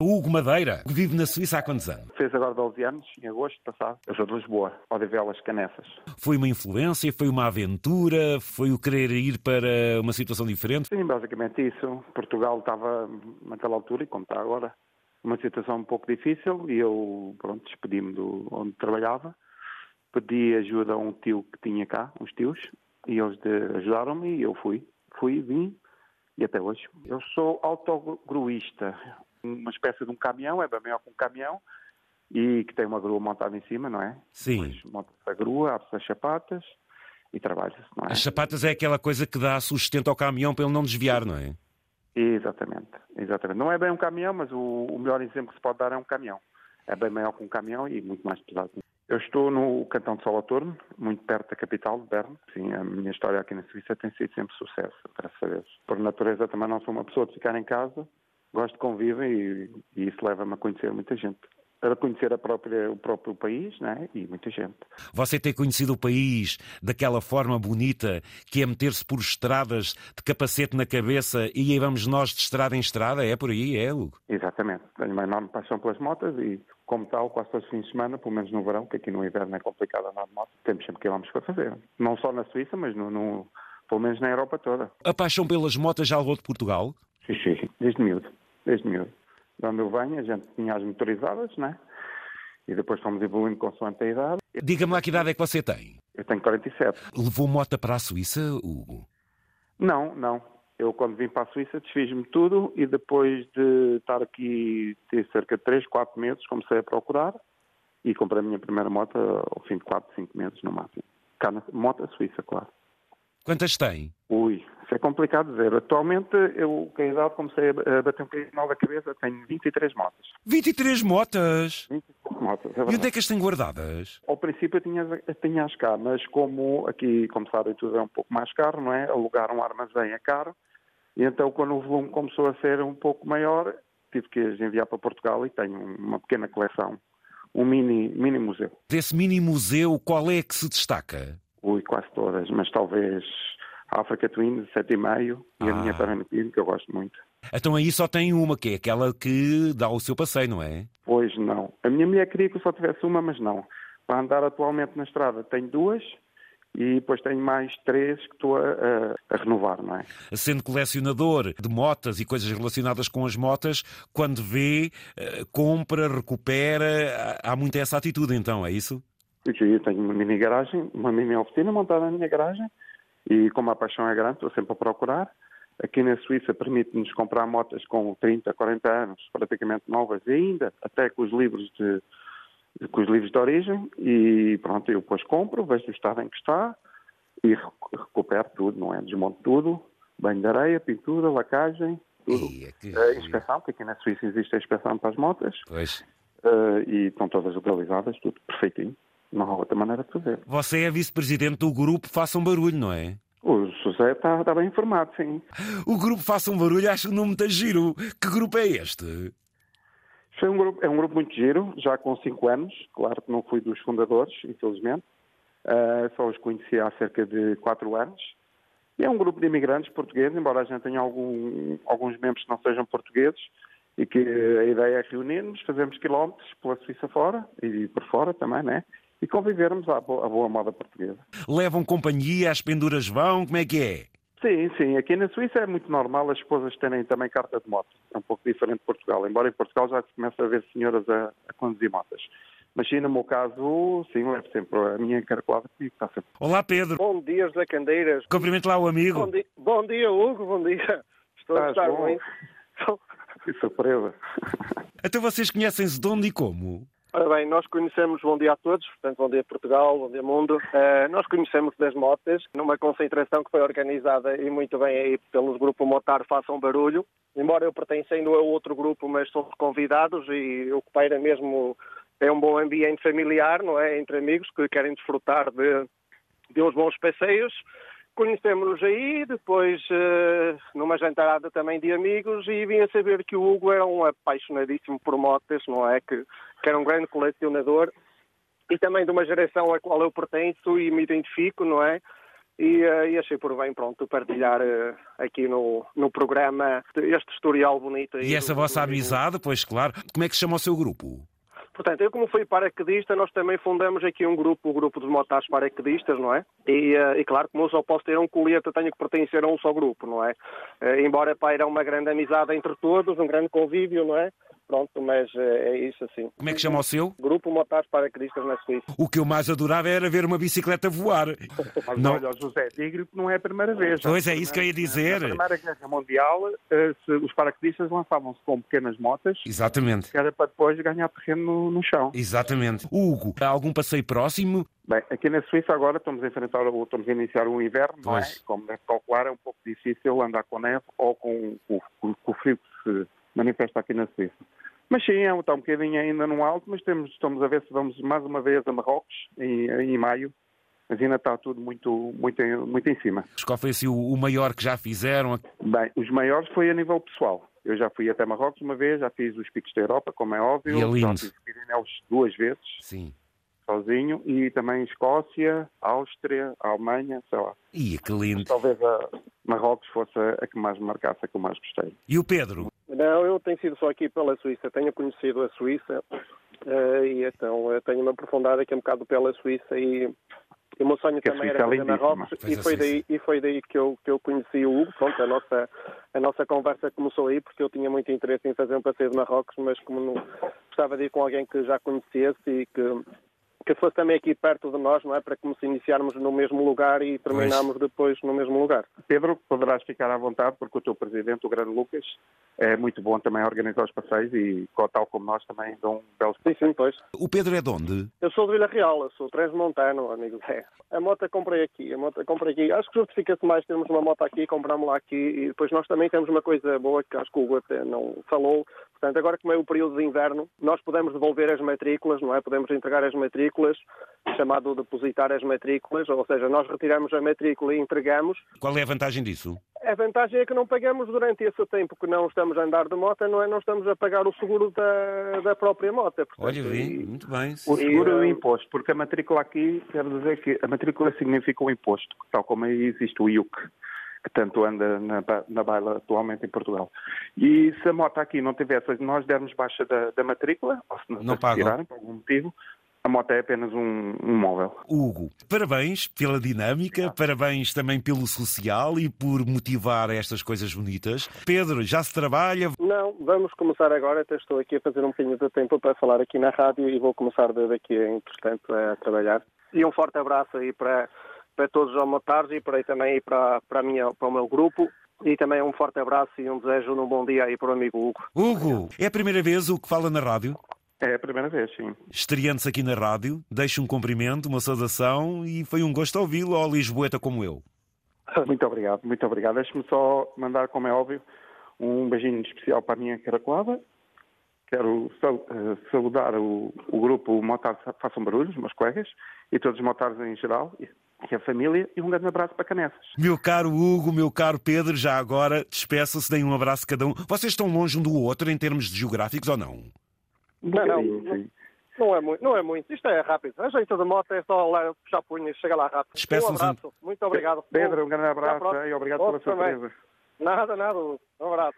Hugo Madeira, que vive na Suíça há quantos anos? Fez agora 12 anos, em agosto passado. Eu sou de Lisboa, Odivelas, Canessas. Foi uma influência, foi uma aventura, foi o querer ir para uma situação diferente? Sim, basicamente isso. Portugal estava, naquela altura, e como está agora, uma situação um pouco difícil e eu, pronto, despedi-me do onde trabalhava. Pedi ajuda a um tio que tinha cá, uns tios, e eles de- ajudaram-me e eu fui. Fui, vim e até hoje. Eu sou autogruísta, uma espécie de um caminhão, é bem maior que um caminhão, e que tem uma grua montada em cima, não é? Sim. Monta-se a grua, abre-se as chapatas e trabalha-se, não é? As chapatas é aquela coisa que dá sustento ao caminhão para ele não desviar, não é? Exatamente, exatamente. Não é bem um caminhão, mas o, o melhor exemplo que se pode dar é um caminhão. É bem maior que um caminhão e muito mais pesado. Eu estou no cantão de Soloturno, muito perto da capital, de Berne. Sim, a minha história aqui na Suíça tem sido sempre sucesso, para saber. Por natureza também não sou uma pessoa de ficar em casa, gosto de convívio e, e isso leva-me a conhecer muita gente. A conhecer a própria, o próprio país né? e muita gente. Você ter conhecido o país daquela forma bonita que é meter-se por estradas de capacete na cabeça e aí vamos nós de estrada em estrada, é por aí, é, Hugo? Exatamente. Tenho uma enorme paixão pelas motas e, como tal, quase todos os fins de semana, pelo menos no verão, que aqui no inverno é complicado andar de moto, temos sempre quilómetros para fazer. Não só na Suíça, mas no, no- pelo menos na Europa toda. A paixão pelas motas já levou de Portugal? Sim, sim. Desde miúdo. Desde miúdo. De onde eu venho, a gente tinha as motorizadas, né? E depois fomos evoluindo consoante a idade. Diga-me lá que idade é que você tem. Eu tenho 47. Levou mota para a Suíça, Hugo? Não, não. Eu, quando vim para a Suíça, desfiz-me tudo e depois de estar aqui, ter cerca de 3, 4 meses, comecei a procurar e comprei a minha primeira moto ao fim de 4, 5 meses no máximo. Cá na, moto suíça, claro. Quantas tem? Ui, isso é complicado dizer. Atualmente, eu, com a idade, comecei a a bater um bocadinho mal da cabeça, tenho 23 motas. 23 motas! 23 motas, é E verdade. onde é que as tem guardadas? Ao princípio eu tinha, eu tinha as cá, mas como aqui, como sabem, tudo é um pouco mais caro, não é? Alugar um armazém é caro. E então, quando o volume começou a ser um pouco maior, tive que as enviar para Portugal e tenho uma pequena coleção, um mini, mini museu. Desse mini museu, qual é que se destaca? Ui, quase todas, mas talvez a Africa Twin, de 7,5, e a Ah. minha Tarantino, que eu gosto muito. Então aí só tem uma, que é aquela que dá o seu passeio, não é? Pois não. A minha mulher queria que eu só tivesse uma, mas não. Para andar atualmente na estrada tenho duas e depois tenho mais três que estou a, a- a renovar, não é? Sendo colecionador de motas e coisas relacionadas com as motas, quando vê, eh, compra, recupera, há há muito essa atitude então, é isso? Porque eu tenho uma mini garagem, uma mini oficina montada na minha garagem e como a paixão é grande, estou sempre a procurar. Aqui na Suíça permite-nos comprar motas com 30, 40 anos, praticamente novas e ainda, até com os livros de com os livros de origem e pronto, eu depois compro, vejo o estado em que está e recu- recupero tudo, não é? Desmonto tudo, banho de areia, pintura, lacagem, tudo. Ei, é que A giro. inspeção, porque aqui na Suíça existe a inspeção para as motas Pois. eh, e estão todas localizadas, tudo perfeitinho. Não há outra maneira de fazer. Você é vice-presidente do grupo Faça um Barulho, não é? O José está, está bem informado, sim. O grupo Faça um Barulho acho o nome muito giro. Que grupo é este? Isto é um grupo, é um grupo muito giro, já com cinco anos. Claro que não fui dos fundadores, infelizmente. Ah, só os conheci há cerca de quatro anos. E é um grupo de imigrantes portugueses, embora a gente tenha algum- alguns membros que não sejam portugueses, e que a ideia é reunirmos, fazermos quilómetros pela Suíça fora e por fora também, né? E convivermos à bo- à boa moda portuguesa. Levam companhia, as penduras vão, como é que é? Sim, sim. Aqui na Suíça é muito normal as esposas terem também carta de moto. É um pouco diferente de Portugal, embora em Portugal já se começa a ver senhoras a, a conduzir motas. Mas sim, no meu caso, sim, levo sempre a minha encarcoada comigo, está sempre. Olá, Pedro. Bom dia, José Candeiras. Cumprimento lá o Bom, amigo. di- bom dia, Hugo. Bom dia. Estou Estás a Então, estar bom? bem. Que surpresa. Até vocês conhecem-se de onde e como? Ora bem, nós conhecemos, bom dia a todos, portanto, bom dia Portugal, bom dia mundo. Eh, nós conhecemos das motas numa concentração que foi organizada e muito bem aí pelo grupo Motar Façam Barulho. Embora eu pertencendo a outro grupo, mas somos convidados e o que paira mesmo é um bom ambiente familiar, não é? Entre amigos que querem desfrutar de, de uns bons passeios. Conhecemos-nos aí, depois eh, numa jantarada também de amigos e vim a saber que o Hugo era um apaixonadíssimo por motas, não é? Que, que era um grande colecionador e também de uma geração à qual eu pertenço e me identifico, não é? e, eh, e achei por bem, pronto, partilhar eh, aqui no, no programa este historial bonito. aí E do- essa vossa do- amizade, pois claro. Como é que se chama o seu grupo? Portanto, eu como fui paraquedista, nós também fundamos aqui um grupo, o grupo dos motares paraquedistas, não é? E, eh, e claro, como eu só posso ter um colete, eu tenho que pertencer a um só grupo, não é? Eh, embora paira uma grande amizade entre todos, um grande convívio, não é? Pronto, mas eh, é isso assim. Como é que chama o seu? Grupo Motares Paraquedistas na Suíça. O que eu mais adorava era ver uma bicicleta voar. Mas Não. olha, o José Tigre, que não é a primeira vez. Pois é, isso que eu ia dizer. Na Primeira Guerra Mundial, eh, se- os paraquedistas lançavam-se com pequenas motas, Exatamente. que era para depois ganhar terreno no, no chão. Exatamente. Hugo, há algum passeio próximo? Bem, aqui na Suíça agora estamos a enfrentar, o- estamos a iniciar o inverno, não é? Pois. Como deve calcular, é um pouco difícil andar com neve ou com, com- com- com o frio que se manifesta aqui na Suíça. Mas sim, é um- está um bocadinho ainda no alto, mas temos, estamos a ver se vamos mais uma vez a Marrocos em, em maio. Mas ainda está tudo muito, muito, em, muito em cima. Qual foi assim, o o maior que já fizeram? Bem, os maiores foi a nível pessoal. Eu já fui até Marrocos uma vez, já fiz os picos da Europa, como é óbvio. E é Já lindo. fiz os Pirineus duas vezes. Sim. sozinho e também Escócia, Áustria, Alemanha, sei lá. Ia, que lindo. Talvez a Marrocos fosse a que mais me marcasse, a que eu mais gostei. E o Pedro? Não, eu tenho sido só aqui pela Suíça, tenho conhecido a Suíça eh, e então eh, tenho-me aprofundado aqui um bocado pela Suíça e, e o meu sonho Que a também Suíça era é fazer lindíssima. Marrocos e Pois é, foi, sim, daí, e foi daí que eu, que eu conheci o Hugo, pronto, a nossa, a nossa conversa começou aí porque eu tinha muito interesse em fazer um passeio de Marrocos, mas como não gostava de ir com alguém que já conhecesse e que que fosse também aqui perto de nós, não é? Para como se iniciarmos no mesmo lugar e terminarmos depois no mesmo lugar. Pedro, poderás ficar à vontade, porque o teu presidente, o grande Lucas, é muito bom também a organizar os passeios e, co- tal como nós, também dão um belos Sim, sim, pois. O Pedro é de onde? Eu sou de Vila Real, eu sou transmontano, amigo Zé. A moto eu comprei aqui, a moto eu comprei aqui. Acho que justifica-se mais termos uma moto aqui, compramos lá aqui e depois nós também temos uma coisa boa que acho que o Hugo até não falou. Portanto, agora como é o período de inverno, nós podemos devolver as matrículas, não é? Podemos entregar as matrículas, chamado depositar as matrículas, ou seja, nós retiramos a matrícula e entregamos. Qual é a vantagem disso? A vantagem é que não pagamos durante esse tempo que não estamos a andar de moto, não é? Não estamos a pagar o seguro da, da própria moto. Portanto, Olha, e- vi, muito bem. O E, seguro e o eh, imposto, porque a matrícula aqui, quero dizer que a matrícula significa o imposto, tal como aí existe o IUC, que tanto anda na, ba- na baila atualmente em Portugal. E se a moto aqui não tivesse, se nós dermos baixa da, da matrícula, ou se Não nos pagam. tirarem por algum motivo, a moto é apenas um, um móvel. Hugo, parabéns pela dinâmica, parabéns também pelo social e por motivar estas coisas bonitas. Pedro, já se trabalha? Não, vamos começar agora. Até estou aqui a fazer um bocadinho de tempo para falar aqui na rádio e vou começar de- daqui, entretanto, a trabalhar. E um forte abraço aí para, para todos os homotards e para aí também aí para, para, a minha, para o meu grupo. E também um forte abraço e um desejo de um bom dia aí para o amigo Hugo. Hugo, é a primeira vez o que fala na rádio? É a primeira vez, sim. Estreante-se aqui na rádio, deixo um cumprimento, uma saudação e foi um gosto ouvi-lo ao Lisboeta como eu. Muito obrigado, muito obrigado. Deixe-me só mandar, como é óbvio, um beijinho especial para a minha caracolada. Quero sal- eh, saludar o, o grupo Motares Façam Barulhos, meus colegas, e todos os motares em geral, e, e a família, e um grande abraço para Canessas. Meu caro Hugo, meu caro Pedro, já agora despeçam-se, deem um abraço a cada um. Vocês estão longe um do outro em termos de geográficos ou não? Um Não, não, bocadinho, não. sim. Não é muito, não é muito. Isto é rápido. A jeito de moto é só lá puxar punhas, chega lá rápido. Um Despeçam-se. abraço. Muito obrigado. Pedro, um grande Até à abraço próxima. eh, e obrigado Outro pela também. surpresa. Nada, nada. Hugo. Um abraço.